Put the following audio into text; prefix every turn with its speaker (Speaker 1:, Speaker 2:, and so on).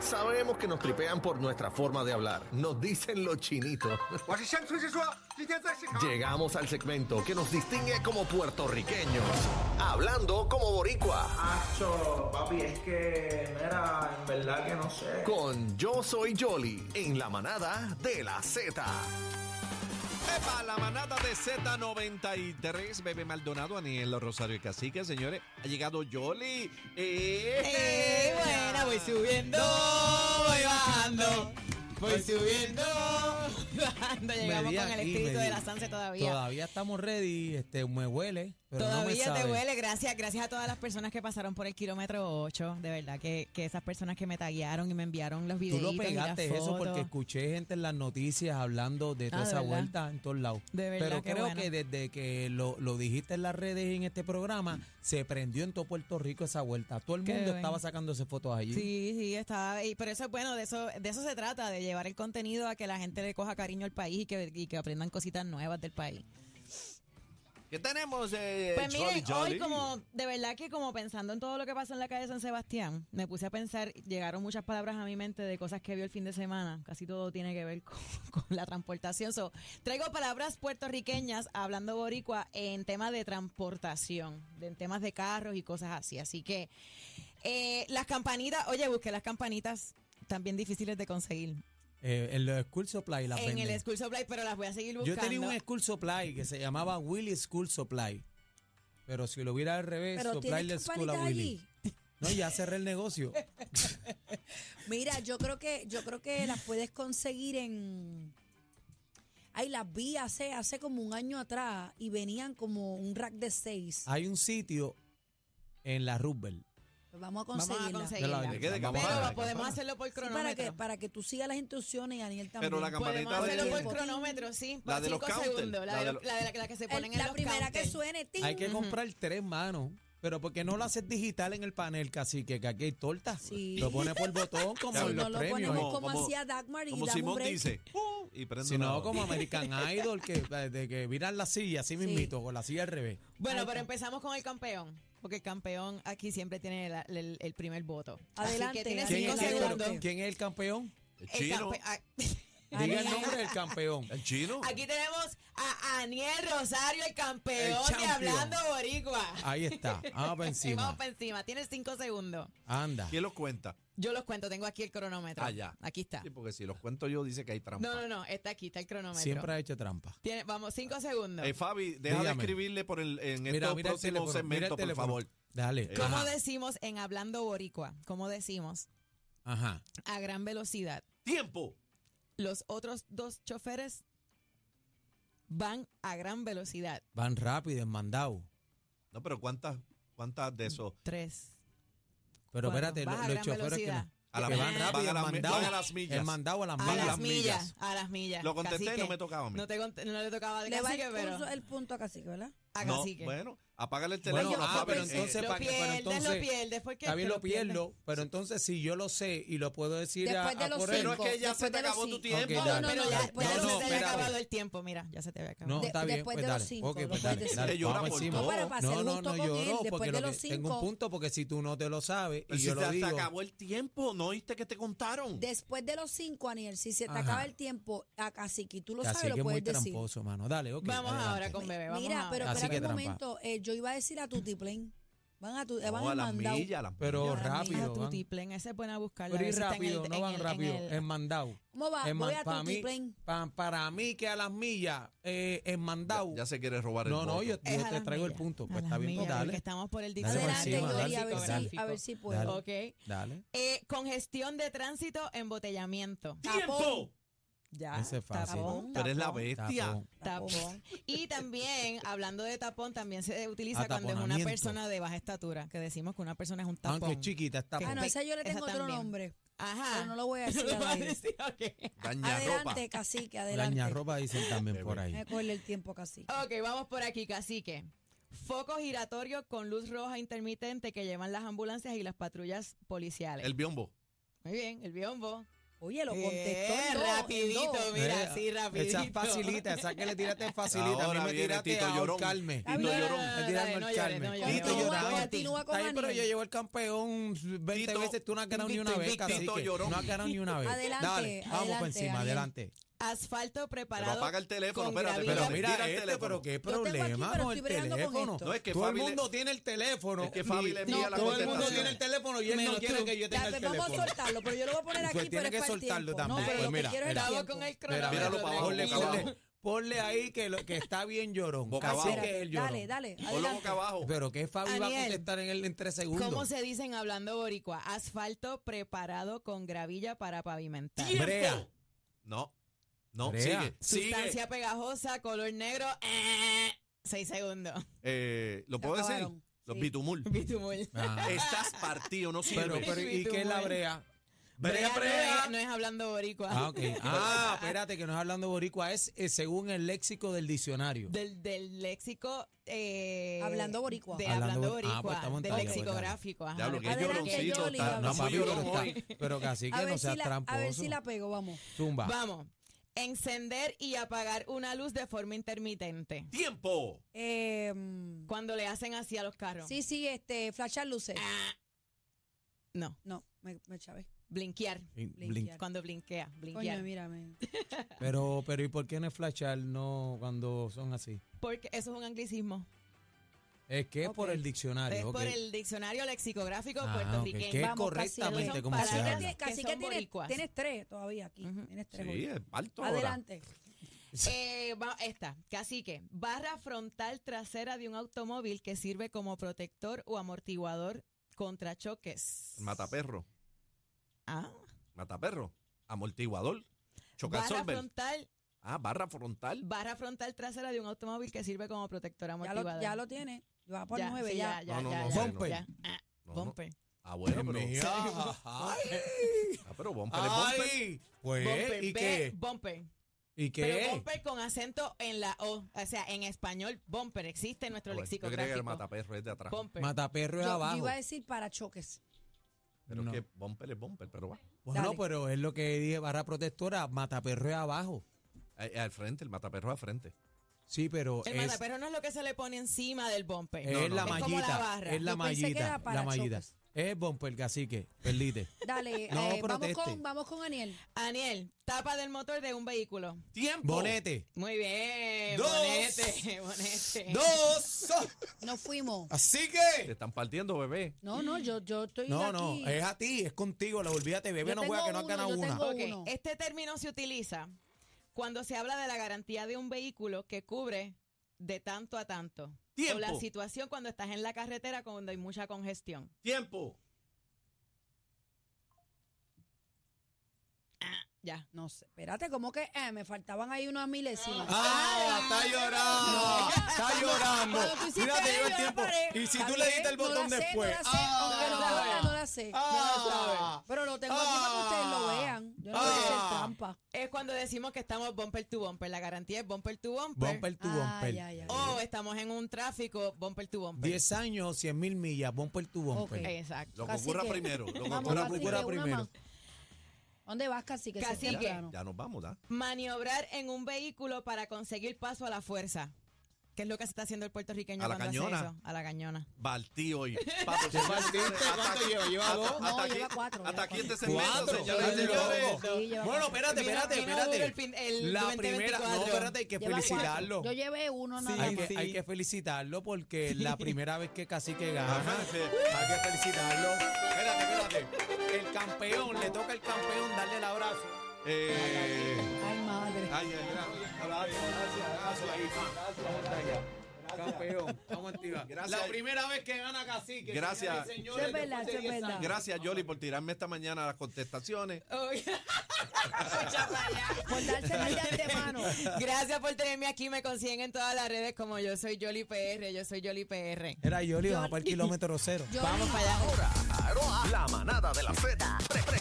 Speaker 1: Sabemos que nos tripean por nuestra forma de hablar. Nos dicen los chinitos.
Speaker 2: 我是山村支书，今天在市场。
Speaker 1: Llegamos al segmento que nos distingue como puertorriqueños. Hablando como boricua.
Speaker 3: Acho, papi, es que, mira, en verdad que no sé.
Speaker 1: Con Yo Soy Jolly en la manada de la Z.
Speaker 4: ¡Epa! La manada de Z93, Bebe Maldonado, Aniel Rosario y Cacique, señores. Ha llegado Yoli. ¡Eh!
Speaker 5: Eh, buena, voy subiendo, voy bajando. Voy subiendo, voy bajando. Llegamos
Speaker 6: Me di
Speaker 5: con el
Speaker 6: aquí,
Speaker 5: espíritu
Speaker 6: me
Speaker 5: de
Speaker 6: di.
Speaker 5: la Sanse todavía.
Speaker 6: Todavía estamos ready, este me huele, pero no me
Speaker 5: Todavía
Speaker 6: sabe.
Speaker 5: te huele, gracias, gracias a todas las personas que pasaron por el kilómetro 8, de verdad que, que esas personas que me taguearon y me enviaron los
Speaker 6: Tú
Speaker 5: videos.
Speaker 6: lo pegaste eso porque escuché gente en las noticias hablando de toda
Speaker 5: Ah, ¿de
Speaker 6: esa
Speaker 5: verdad?
Speaker 6: vuelta en todos lados.
Speaker 5: De verdad,
Speaker 6: Pero
Speaker 5: qué
Speaker 6: creo
Speaker 5: bueno.
Speaker 6: que desde que lo, lo dijiste en las redes y en este programa, se prendió en todo Puerto Rico esa vuelta. Todo el
Speaker 5: Qué
Speaker 6: mundo
Speaker 5: bueno.
Speaker 6: estaba sacándose fotos allí.
Speaker 5: Sí, sí, estaba. Y, pero eso es bueno, de eso, de eso se trata, de llevar el contenido a que la gente le coja cariño al país y que, y que aprendan cositas nuevas del país.
Speaker 4: ¿Qué tenemos, eh,
Speaker 5: Pues
Speaker 4: Jolly,
Speaker 5: miren,
Speaker 4: Jolly?
Speaker 5: hoy como, de verdad que como pensando en todo lo que pasó en la calle de San Sebastián, me puse a pensar, llegaron muchas palabras a mi mente de cosas que vio el fin de semana, casi todo tiene que ver con, con la transportación. So, traigo palabras puertorriqueñas hablando boricua en temas de transportación, de- en temas de carros y cosas así. Así que eh, las campanitas, oye, busqué las campanitas, están bien difíciles de conseguir
Speaker 6: Eh, en los School Supply la
Speaker 5: en el
Speaker 6: venden.
Speaker 5: School Supply, pero las voy a seguir
Speaker 6: Yo
Speaker 5: buscando.
Speaker 6: tenía un School Supply que se llamaba Willy School Supply. Pero si lo hubiera al revés,
Speaker 7: Pero
Speaker 6: Supply
Speaker 7: tienes
Speaker 6: School a
Speaker 7: campanitas
Speaker 6: Willy.
Speaker 7: allí.
Speaker 6: No, ya cerré el negocio.
Speaker 7: Mira, yo creo que yo creo que las puedes conseguir en Ay, las vi hace hace como un año atrás y venían como un rack de seis.
Speaker 6: Hay un sitio en la Roosevelt.
Speaker 7: Pues Vamos a
Speaker 5: Vamos a
Speaker 7: conseguirlas.
Speaker 5: conseguirla.
Speaker 6: Ya la-
Speaker 4: ¿De qué? ¿De
Speaker 6: Vamos
Speaker 5: Pero
Speaker 6: a
Speaker 4: campana?
Speaker 6: la
Speaker 5: podemos
Speaker 6: campana.
Speaker 5: hacerlo por
Speaker 7: Sí, para
Speaker 5: cronómetro.
Speaker 7: que para que tú sigas las instrucciones y Daniel también.
Speaker 4: Pero la
Speaker 5: Podemos
Speaker 4: campanita de...
Speaker 5: hacerlo por
Speaker 7: tiempo.
Speaker 5: cronómetro, sí.
Speaker 4: La
Speaker 5: por
Speaker 4: de los
Speaker 5: cinco
Speaker 4: counters,
Speaker 5: segundos, La,
Speaker 4: la
Speaker 5: de
Speaker 4: de
Speaker 5: los-
Speaker 4: los-
Speaker 5: la, de la, la que se
Speaker 7: El-
Speaker 5: ponen en
Speaker 7: la
Speaker 5: los
Speaker 7: primera que
Speaker 5: counters.
Speaker 7: suene, ting.
Speaker 6: Hay que comprar tres, mano. Pero porque no lo haces digital en el panel, cacique, que aquí hay tortas.
Speaker 7: Sí.
Speaker 6: Lo pones por botón como
Speaker 7: si
Speaker 6: en
Speaker 7: no
Speaker 6: los
Speaker 7: lo
Speaker 6: premios. ¿eh?
Speaker 7: ponemos como,
Speaker 4: Como-
Speaker 7: hacía Dagmar y
Speaker 4: Como
Speaker 7: damos un
Speaker 4: Simón
Speaker 7: break.
Speaker 4: dice. ¡uh! Y prende
Speaker 6: Si
Speaker 4: una
Speaker 6: no,
Speaker 4: voz.
Speaker 6: como American Idol, que, eh, de que viran la silla, así mismito, con la silla al revés.
Speaker 5: Bueno, pero empezamos con el campeón. Porque el campeón aquí siempre tiene la- el, el primer voto. Así que
Speaker 7: Adelante,
Speaker 5: tiene
Speaker 7: Dani.
Speaker 6: ¿Quién
Speaker 5: cinco
Speaker 6: es,
Speaker 7: que-
Speaker 6: quién?
Speaker 5: segundos.
Speaker 6: Pero, ¿Quién es el campeón?
Speaker 4: El
Speaker 5: El
Speaker 4: chino.
Speaker 5: campe- ah,
Speaker 6: Diga el nombre del campeón.
Speaker 4: El chino.
Speaker 5: Aquí tenemos a Aniel Rosario, el campeón
Speaker 6: El
Speaker 5: de
Speaker 6: champion.
Speaker 5: Hablando Boricua.
Speaker 6: Ahí está. Vamos para
Speaker 5: Vamos
Speaker 6: encima.
Speaker 5: para encima. Tienes cinco segundos.
Speaker 6: Anda.
Speaker 4: ¿Quién los cuenta?
Speaker 5: Yo los cuento. Tengo aquí el cronómetro.
Speaker 4: Allá.
Speaker 5: Aquí está.
Speaker 4: Sí, porque si los cuento yo, dice que hay trampa.
Speaker 5: Ah. No, no, no. Está aquí. Está el cronómetro.
Speaker 6: Siempre ha hecho trampa.
Speaker 5: Tiene- vamos, cinco segundos.
Speaker 4: Eh, Fabi, deja de
Speaker 6: Dígame.
Speaker 4: escribirle por el, en estos
Speaker 6: el
Speaker 4: próximos
Speaker 6: teléfono, mira el
Speaker 4: segmentos, por
Speaker 6: teléfono.
Speaker 4: favor.
Speaker 6: Dale.
Speaker 5: ¿Cómo
Speaker 6: Ajá.
Speaker 5: decimos en Hablando Boricua? ¿Cómo decimos
Speaker 6: Ajá.
Speaker 5: a gran velocidad?
Speaker 4: ¡Tiempo!
Speaker 5: Los otros dos choferes van a gran velocidad.
Speaker 6: Van rápido, en mandado.
Speaker 4: No, pero ¿cuántas cuántas de esos?
Speaker 5: Tres.
Speaker 6: Pero
Speaker 5: Bueno,
Speaker 6: espérate,
Speaker 5: vas
Speaker 6: lo-
Speaker 5: a
Speaker 6: los
Speaker 5: gran
Speaker 6: choferes que,
Speaker 5: velocidad.
Speaker 6: no-
Speaker 4: A la
Speaker 6: que van
Speaker 4: milla,
Speaker 6: rápido,
Speaker 4: van a
Speaker 6: el
Speaker 4: las mi-
Speaker 6: mandado,
Speaker 4: van a las millas.
Speaker 6: el mandado a las
Speaker 5: A
Speaker 6: millas.
Speaker 5: las,
Speaker 4: las
Speaker 5: millas,
Speaker 4: millas.
Speaker 5: A las millas.
Speaker 4: Lo contesté y
Speaker 5: Cacique,
Speaker 4: no me tocaba a mí.
Speaker 5: No, te cont- no le tocaba de
Speaker 7: Le va
Speaker 5: cacique,
Speaker 7: el,
Speaker 5: pero
Speaker 7: punto- el punto a Cacique, ¿verdad?
Speaker 5: a
Speaker 4: No,
Speaker 5: cacique.
Speaker 4: bueno, apágale el
Speaker 6: Bueno,
Speaker 4: teléfono,
Speaker 7: yo-
Speaker 6: ah,
Speaker 4: Fabi.
Speaker 6: pero
Speaker 4: Eh,
Speaker 6: entonces,
Speaker 5: Lo
Speaker 6: pa- pero
Speaker 5: pierdes, lo
Speaker 6: entonces-
Speaker 5: pierdes, ¿por qué?
Speaker 6: Está
Speaker 5: Te
Speaker 6: bien, lo
Speaker 5: lo pierdes.
Speaker 6: pierdo, pero entonces si yo lo sé y lo puedo decir a,
Speaker 7: Después de
Speaker 6: a
Speaker 7: los
Speaker 6: correr-
Speaker 4: Pero es
Speaker 7: cinco.
Speaker 4: que ya
Speaker 7: después
Speaker 4: se te
Speaker 7: de los
Speaker 4: acabó tu
Speaker 7: cinco.
Speaker 4: tiempo.
Speaker 6: Ok,
Speaker 5: No,
Speaker 6: dale.
Speaker 5: no, no,
Speaker 7: No,
Speaker 5: ya,
Speaker 7: no,
Speaker 5: Pues ya
Speaker 6: no,
Speaker 5: se te había
Speaker 6: espérate.
Speaker 5: acabado el tiempo. Mira, ya se te había acabado.
Speaker 6: No,
Speaker 7: De-
Speaker 6: está bien,
Speaker 7: después
Speaker 6: pues
Speaker 7: de los
Speaker 6: dale.
Speaker 7: cinco,
Speaker 6: Ok,
Speaker 7: lo
Speaker 6: pues
Speaker 7: puedes
Speaker 6: dale,
Speaker 7: decir.
Speaker 6: dale,
Speaker 4: Yo llora
Speaker 6: vamos
Speaker 4: por
Speaker 6: encima.
Speaker 4: todo.
Speaker 7: No, para pasar
Speaker 6: No, no,
Speaker 7: justo
Speaker 6: no
Speaker 7: con él,
Speaker 6: lloro,
Speaker 7: después
Speaker 6: porque
Speaker 7: de
Speaker 6: lo
Speaker 7: los
Speaker 6: que- tengo un
Speaker 7: cinco.
Speaker 6: punto, porque si tú no te lo sabes
Speaker 4: Pero
Speaker 6: y
Speaker 4: si
Speaker 6: yo
Speaker 4: se
Speaker 6: lo
Speaker 4: te
Speaker 6: digo,
Speaker 4: acabó el tiempo, ¿no oíste que te contaron?
Speaker 7: Después de los cinco, Aniel, si se te
Speaker 6: Ajá.
Speaker 7: acaba el tiempo, a Cacique, tú lo
Speaker 6: así
Speaker 7: sabes,
Speaker 6: que
Speaker 7: lo
Speaker 6: es muy
Speaker 7: puedes decir.
Speaker 6: tramposo, mano. Dale, ok.
Speaker 5: Vamos
Speaker 6: adelante.
Speaker 5: ahora con bebé. Vamos
Speaker 7: Mira, pero
Speaker 5: ahora.
Speaker 6: Así
Speaker 7: espérate
Speaker 6: que
Speaker 7: un
Speaker 6: trampa.
Speaker 7: momento. eh, yo iba a decir a tu tiplén. Van a tu, eh, van
Speaker 4: no, a
Speaker 7: al
Speaker 4: las
Speaker 7: mandado.
Speaker 4: millas, a las
Speaker 6: Pero
Speaker 4: millas.
Speaker 5: Ah,
Speaker 6: rápido,
Speaker 5: tu
Speaker 6: van.
Speaker 5: tiplén, ese es bueno a buscarlo. a
Speaker 6: Pero
Speaker 5: ver
Speaker 6: ir
Speaker 5: si está en el-
Speaker 6: rápido, no
Speaker 5: en
Speaker 6: van
Speaker 5: el- en
Speaker 6: rápido,
Speaker 5: el-
Speaker 6: en mandado.
Speaker 7: ¿Cómo va?
Speaker 6: En
Speaker 7: Voy
Speaker 6: man-
Speaker 7: a
Speaker 6: para,
Speaker 7: tu
Speaker 6: mí,
Speaker 7: tiplén.
Speaker 6: pa- para mí que a las millas, eh, en mandado.
Speaker 4: Ya, ya se quiere robar el
Speaker 6: no, no,
Speaker 4: voto.
Speaker 6: yo,
Speaker 5: Es
Speaker 6: yo
Speaker 5: a
Speaker 6: te
Speaker 5: las
Speaker 6: traigo el
Speaker 5: millas,
Speaker 6: punto.
Speaker 5: a
Speaker 6: Pues
Speaker 5: las
Speaker 6: está bien,
Speaker 5: millas,
Speaker 6: pues
Speaker 5: porque
Speaker 6: dale.
Speaker 5: estamos por el
Speaker 6: Dale,
Speaker 5: diccionario
Speaker 7: Adelante,
Speaker 6: encima,
Speaker 5: del
Speaker 7: Yori,
Speaker 6: dale,
Speaker 7: a ver,
Speaker 6: dale.
Speaker 7: si,
Speaker 5: psicográfico.
Speaker 7: a ver si puedo.
Speaker 6: Dale.
Speaker 5: Ok.
Speaker 6: Dale.
Speaker 5: Eh, congestión de tránsito, embotellamiento.
Speaker 4: ¡Tiempo!
Speaker 5: Ya.
Speaker 6: Ese es fácil.
Speaker 5: Tapón,
Speaker 4: Tú eres la
Speaker 5: tapón,
Speaker 4: bestia.
Speaker 6: Tapón.
Speaker 5: Tapón. Y también, hablando de tapón, también se utiliza
Speaker 6: Ah,
Speaker 5: cuando es una
Speaker 6: taponamiento.
Speaker 5: persona de baja estatura, que decimos que una persona es un tapón.
Speaker 6: Aunque es chiquita, está
Speaker 5: Que-
Speaker 7: Ah, no,
Speaker 6: poco.
Speaker 7: esa yo le
Speaker 5: Esa
Speaker 7: tengo otro
Speaker 5: también. Ah.
Speaker 7: nombre.
Speaker 5: Ajá.
Speaker 7: Pero no lo voy a decir
Speaker 5: No lo
Speaker 7: al
Speaker 5: vas a
Speaker 7: aire.
Speaker 5: decir, ok.
Speaker 4: Daña ropa.
Speaker 7: Adelante, Cacique,
Speaker 6: Daña
Speaker 7: adelante.
Speaker 6: ropa dicen también por ahí.
Speaker 7: Me cogerle el tiempo, Cacique.
Speaker 5: Ok, vamos por aquí, cacique. Foco giratorio con luz roja intermitente que llevan las ambulancias y las patrullas policiales.
Speaker 4: El biombo.
Speaker 5: Muy bien, el biombo.
Speaker 7: Oye, lo
Speaker 5: Eh,
Speaker 7: contestó en dos, en
Speaker 5: rapidito,
Speaker 7: dos.
Speaker 5: mira,
Speaker 6: Eh,
Speaker 5: sí, rapidito.
Speaker 6: Esa facilita, esa que le tiraste es facilita.
Speaker 4: Ahora
Speaker 6: a mí me
Speaker 4: viene
Speaker 6: tiraste
Speaker 4: Tito
Speaker 6: a
Speaker 4: Llorón.
Speaker 6: ahorcarme.
Speaker 4: Tito
Speaker 5: no,
Speaker 4: Llorón.
Speaker 5: no,
Speaker 6: Me
Speaker 5: no,
Speaker 6: tiraste a
Speaker 5: no llores,
Speaker 6: ahorcarme.
Speaker 5: no llores.
Speaker 6: Tito
Speaker 7: Continúa,
Speaker 6: Llorón.
Speaker 7: continúa con
Speaker 6: Está bien, pero
Speaker 7: Daniel.
Speaker 6: yo llevo el campeón 20
Speaker 4: Tito-
Speaker 6: veces, tú no has ganado ni una vez,
Speaker 4: Tito
Speaker 6: cacique.
Speaker 4: Llorón.
Speaker 6: No has ganado ni una vez.
Speaker 7: Adelante,
Speaker 6: Dale, vamos
Speaker 7: adelante,
Speaker 6: por encima,
Speaker 7: Daniel.
Speaker 6: adelante.
Speaker 5: Asfalto preparado.
Speaker 4: Pero apaga el teléfono,
Speaker 5: con
Speaker 4: espérate,
Speaker 5: gravilla.
Speaker 6: Pero
Speaker 4: Mira,
Speaker 6: mira
Speaker 4: mira el
Speaker 6: este,
Speaker 4: teléfono.
Speaker 6: pero qué
Speaker 7: tengo aquí,
Speaker 6: problema
Speaker 7: pero
Speaker 6: con el
Speaker 7: estoy bregando con
Speaker 6: teléfono.
Speaker 7: esto.
Speaker 4: No, es que
Speaker 6: Todo el
Speaker 4: Fabi le-
Speaker 6: mundo tiene el teléfono.
Speaker 4: Es que Fabi le
Speaker 6: Ni-
Speaker 4: envía la
Speaker 6: Todo el mundo
Speaker 4: contestación.
Speaker 6: tiene el teléfono y él no
Speaker 5: Menos
Speaker 6: quiere
Speaker 5: tú.
Speaker 6: que yo
Speaker 7: Ya,
Speaker 6: tenga el
Speaker 7: pues vamos a
Speaker 6: teléfono.
Speaker 7: soltarlo, pero yo lo voy a poner
Speaker 6: Pues
Speaker 7: aquí, pero
Speaker 6: tiene
Speaker 7: es
Speaker 6: que
Speaker 7: para el
Speaker 6: soltarlo
Speaker 7: tiempo.
Speaker 6: también.
Speaker 7: No, pero
Speaker 6: Pues
Speaker 7: lo que
Speaker 6: mira,
Speaker 7: quiero es el
Speaker 6: mira.
Speaker 5: Estaba
Speaker 7: tiempo. Ah,
Speaker 5: con el
Speaker 6: Mira,
Speaker 5: cronómetro.
Speaker 4: míralo para abajo,
Speaker 6: ponle,
Speaker 4: boca abajo.
Speaker 6: ponle- ponle ahí que, lo, que está bien llorón.
Speaker 4: Boca
Speaker 6: Casi
Speaker 4: abajo.
Speaker 6: que
Speaker 7: Espérate,
Speaker 6: el llorón.
Speaker 7: Dale, dale,
Speaker 4: Ponlo
Speaker 7: adelante.
Speaker 4: boca abajo.
Speaker 6: Pero que Fabi va a
Speaker 5: Daniel,
Speaker 6: contestar en, el, en tres segundos.
Speaker 5: ¿Cómo se dicen hablando boricua? Asfalto preparado con gravilla para pavimentar.
Speaker 6: Brea.
Speaker 4: No, no,
Speaker 6: Brea.
Speaker 4: sigue, sigue.
Speaker 5: Sustancia pegajosa, color negro. eh, seis segundos.
Speaker 4: Eh, ¿Lo
Speaker 7: Se
Speaker 4: puedo decir?
Speaker 7: acabaron,
Speaker 4: Los
Speaker 7: sí.
Speaker 4: bitumul.
Speaker 5: Bitumul.
Speaker 6: Ah,
Speaker 4: Estás partido, no
Speaker 6: pero,
Speaker 4: sirve.
Speaker 6: pero, ¿y qué es la brea?
Speaker 5: Brea no es- No es hablando boricua.
Speaker 6: Ah, ok. Ah, espérate, que no es hablando boricua, es eh, según el léxico del diccionario.
Speaker 5: Del, del léxico. eh,
Speaker 7: Hablando boricua.
Speaker 5: De hablando,
Speaker 6: Hablando bor- ah,
Speaker 5: boricua.
Speaker 6: pues estamos en
Speaker 5: del
Speaker 6: talla, pues,
Speaker 5: lexicográfico. ajá.
Speaker 4: Diablo, que es
Speaker 7: Adelante,
Speaker 4: lloroncito.
Speaker 7: Yoli,
Speaker 4: Está,
Speaker 7: vamos.
Speaker 4: está muy
Speaker 6: No, papi, pero,
Speaker 4: llorón
Speaker 6: está-
Speaker 4: hoy.
Speaker 6: pero casi
Speaker 7: A
Speaker 6: que no
Speaker 7: ver
Speaker 6: seas
Speaker 7: si la-
Speaker 6: tramposo.
Speaker 7: A ver si la pego, vamos.
Speaker 6: Zumba.
Speaker 5: Vamos. Encender y apagar una luz de forma intermitente.
Speaker 4: ¡Tiempo!
Speaker 7: Eh, mm,
Speaker 5: Cuando le hacen así a los carros.
Speaker 7: sí, sí, este, flashar luces.
Speaker 5: No,
Speaker 7: No, me, me chavé.
Speaker 5: blinquear.
Speaker 6: Blink,
Speaker 7: Blink.
Speaker 6: blink.
Speaker 5: Cuando blinquea, blinquear.
Speaker 7: Coño, mírame.
Speaker 6: Pero, pero, ¿y por qué no es flashar no, cuando son así?
Speaker 5: Porque eso es un anglicismo.
Speaker 6: Es que es por
Speaker 7: Ok.
Speaker 6: el diccionario.
Speaker 5: es por
Speaker 6: ok.
Speaker 5: el diccionario lexicográfico
Speaker 6: Ah,
Speaker 5: puertorriqueño.
Speaker 6: ok, Que es
Speaker 7: Vamos,
Speaker 6: correctamente
Speaker 7: cacique.
Speaker 6: como
Speaker 5: se
Speaker 7: Cacique
Speaker 5: habla.
Speaker 7: tiene-
Speaker 5: Que
Speaker 7: cacique
Speaker 5: son
Speaker 7: tiene-
Speaker 5: boricuas.
Speaker 7: tienes tres todavía aquí.
Speaker 5: Ujú.
Speaker 7: Tienes tres.
Speaker 4: Sí,
Speaker 7: hoy.
Speaker 4: es alto ahora.
Speaker 7: Adelante.
Speaker 5: Eh, va- esta, cacique. Barra frontal trasera de un automóvil que sirve como protector o amortiguador contra choques.
Speaker 4: Mataperro,
Speaker 5: Ah,
Speaker 4: mataperro, amortiguador,
Speaker 5: barra
Speaker 4: chocasolver.
Speaker 5: frontal,
Speaker 4: Ah, barra frontal.
Speaker 5: barra frontal trasera de un automóvil que sirve como protector
Speaker 7: Ya lo,
Speaker 5: amortiguador.
Speaker 7: ya lo tiene. Va por
Speaker 5: Ya,
Speaker 7: nueve
Speaker 5: sí,
Speaker 7: ya.
Speaker 5: ya,
Speaker 4: No, no,
Speaker 5: ya,
Speaker 4: no,
Speaker 5: ya,
Speaker 4: no,
Speaker 6: Bumper.
Speaker 5: ya. Ah,
Speaker 4: No, no.
Speaker 5: bumper.
Speaker 4: Ah, bueno, pero...
Speaker 6: Dios mío. Ay,
Speaker 4: Ah, pero bumper es bumper.
Speaker 6: ay, pues,
Speaker 5: Bumper,
Speaker 6: ¿y
Speaker 5: ve,
Speaker 6: qué?
Speaker 5: Bumper.
Speaker 6: ¿Y
Speaker 5: Pero
Speaker 6: qué?
Speaker 5: bumper con acento en la O. O sea, en español, bumper existe en nuestro
Speaker 4: Bueno, Yo
Speaker 5: léxico
Speaker 4: creía que el
Speaker 5: gráfico.
Speaker 4: mataperro es de atrás.
Speaker 5: Bumper.
Speaker 6: Mataperro
Speaker 7: Yo,
Speaker 6: es
Speaker 7: yo
Speaker 6: abajo.
Speaker 7: iba a decir para choques.
Speaker 4: Pero
Speaker 6: No.
Speaker 4: es que bumper es bumper, pero va.
Speaker 6: Bueno,
Speaker 7: Dale.
Speaker 6: pero es lo que dije, barra protectora, mataperro es abajo.
Speaker 4: Al al frente, el mataperro al frente.
Speaker 6: Sí, pero
Speaker 5: El
Speaker 6: es,
Speaker 5: mataperro no es lo que se le pone encima del bumper.
Speaker 6: Eh, es
Speaker 4: no,
Speaker 6: la
Speaker 4: no.
Speaker 5: Es como la
Speaker 6: mallita,
Speaker 5: barra.
Speaker 6: es la
Speaker 7: Yo pensé que
Speaker 6: mallita,
Speaker 7: era para
Speaker 6: la mallita.
Speaker 7: choques.
Speaker 6: Es bumper, cacique, perdite.
Speaker 7: Dale,
Speaker 6: No este.
Speaker 7: eh, vamos,
Speaker 6: proteste.
Speaker 7: con, vamos con Aniel.
Speaker 5: Aniel, tapa del motor de un vehículo.
Speaker 4: ¡Tiempo!
Speaker 6: Bonete.
Speaker 5: Muy bien.
Speaker 6: Dos.
Speaker 5: Bonete,
Speaker 7: Eh.
Speaker 5: bonete.
Speaker 6: Dos.
Speaker 7: Nos fuimos.
Speaker 6: Así
Speaker 4: Te
Speaker 6: que.
Speaker 4: están partiendo, bebé.
Speaker 7: No, no, yo, yo estoy
Speaker 6: No,
Speaker 7: aquí.
Speaker 6: no, es a ti, es contigo, la olvídate, bebé,
Speaker 7: Yo
Speaker 6: no juega
Speaker 7: tengo
Speaker 6: que no has
Speaker 7: uno,
Speaker 6: ganado
Speaker 7: yo
Speaker 6: una.
Speaker 7: tengo-
Speaker 5: Ok,
Speaker 7: uno.
Speaker 5: este término se utiliza cuando se habla de la garantía de un vehículo que cubre de tanto a tanto.
Speaker 4: Tiempo.
Speaker 5: O la situación cuando estás en la carretera cuando hay mucha congestión.
Speaker 4: ¡Tiempo!
Speaker 5: Ya.
Speaker 7: No sé, espérate, como que eh, me faltaban ahí unas milésimas.
Speaker 6: Ah, está llorando, está llorando.
Speaker 7: Cuando tú hiciste
Speaker 6: Mira, te lleva
Speaker 7: eso,
Speaker 6: el
Speaker 7: yo
Speaker 6: tiempo.
Speaker 7: la paré.
Speaker 6: Y si
Speaker 7: Está
Speaker 6: tú le
Speaker 7: bien,
Speaker 6: diste el botón
Speaker 7: no la sé,
Speaker 6: después.
Speaker 7: No la sé, aunque no me gusta, no la sé.
Speaker 6: Ah.
Speaker 7: Pero lo tengo aquí para que ustedes lo vean. Yo no voy a
Speaker 6: Ah.
Speaker 7: hacer trampa.
Speaker 5: Es cuando decimos que estamos bumper to bumper. La garantía es bumper to bumper.
Speaker 6: Bumper tu
Speaker 7: Ah,
Speaker 6: bumper.
Speaker 7: ya, ya, ya.
Speaker 5: O estamos en un tráfico bumper to bumper.
Speaker 6: 10 años, 100 mil millas, bumper tu bumper.
Speaker 7: Ok.
Speaker 5: Exacto.
Speaker 4: Lo que
Speaker 7: Cacique.
Speaker 4: ocurra primero. Lo que
Speaker 7: Vamos,
Speaker 4: ocurra
Speaker 7: cacique,
Speaker 6: procura
Speaker 7: una
Speaker 6: primero.
Speaker 7: más. ¿Dónde vas, cacique? Si es
Speaker 5: Cacique.
Speaker 7: temprano.
Speaker 4: Ya nos vamos, ¿da?
Speaker 5: Maniobrar en un vehículo para conseguir paso a la fuerza. Que es lo que se está haciendo el puertorriqueño
Speaker 4: A la
Speaker 5: cuando hace
Speaker 4: cañona.
Speaker 5: eso. A la cañona.
Speaker 4: Baltí hoy. Papo, señores,
Speaker 6: partiste?
Speaker 4: hasta
Speaker 6: ¿Cuánto
Speaker 4: aquí-
Speaker 6: lleva? ¿Lleva dos?
Speaker 4: hasta- Hasta
Speaker 7: No, lleva
Speaker 4: aquí-
Speaker 7: cuatro,
Speaker 4: Hasta
Speaker 7: lleva
Speaker 4: aquí este segmento,
Speaker 6: Cuatro.
Speaker 4: señores y
Speaker 6: Ay,
Speaker 4: señores.
Speaker 6: loco.
Speaker 7: Sí,
Speaker 6: bueno,
Speaker 7: lleva cuatro.
Speaker 6: espérate,
Speaker 5: Vino-
Speaker 6: espérate,
Speaker 5: vino
Speaker 6: espérate.
Speaker 5: duro el fin- el
Speaker 6: la
Speaker 5: 2024.
Speaker 6: primera, no, espérate, hay que
Speaker 7: Lleva cuatro.
Speaker 6: felicitarlo.
Speaker 7: Yo llevé uno nada
Speaker 6: Hay
Speaker 7: más.
Speaker 6: que, hay que felicitarlo porque es la primera vez que Cacique gana.
Speaker 4: Ajá, Eh, sí.
Speaker 6: Hay que felicitarlo. Espérate, espérate. El campeón, le toca al campeón darle el abrazo.
Speaker 4: Eh,
Speaker 7: Ay, madre.
Speaker 4: ay, ay, gracias,
Speaker 6: Campeón, vamos a activar.
Speaker 4: Gracias.
Speaker 6: La primera vez que gana Cacique.
Speaker 4: Gracias.
Speaker 6: señoras y señores,
Speaker 7: Es verdad,
Speaker 6: después de
Speaker 7: es
Speaker 6: 10
Speaker 7: verdad.
Speaker 6: años.
Speaker 4: Gracias, Yoli, por tirarme esta mañana las contestaciones.
Speaker 7: Por darse mal de antemano.
Speaker 5: Gracias por tenerme aquí. Me consiguen en todas las redes como yo soy Yoli PR. Yo soy Yoli PR.
Speaker 6: Era Yoli, vamos para el kilómetro cero.
Speaker 7: Yo-
Speaker 5: Vamos para allá.
Speaker 1: Ahora, la manada de la Z. Pre- pre-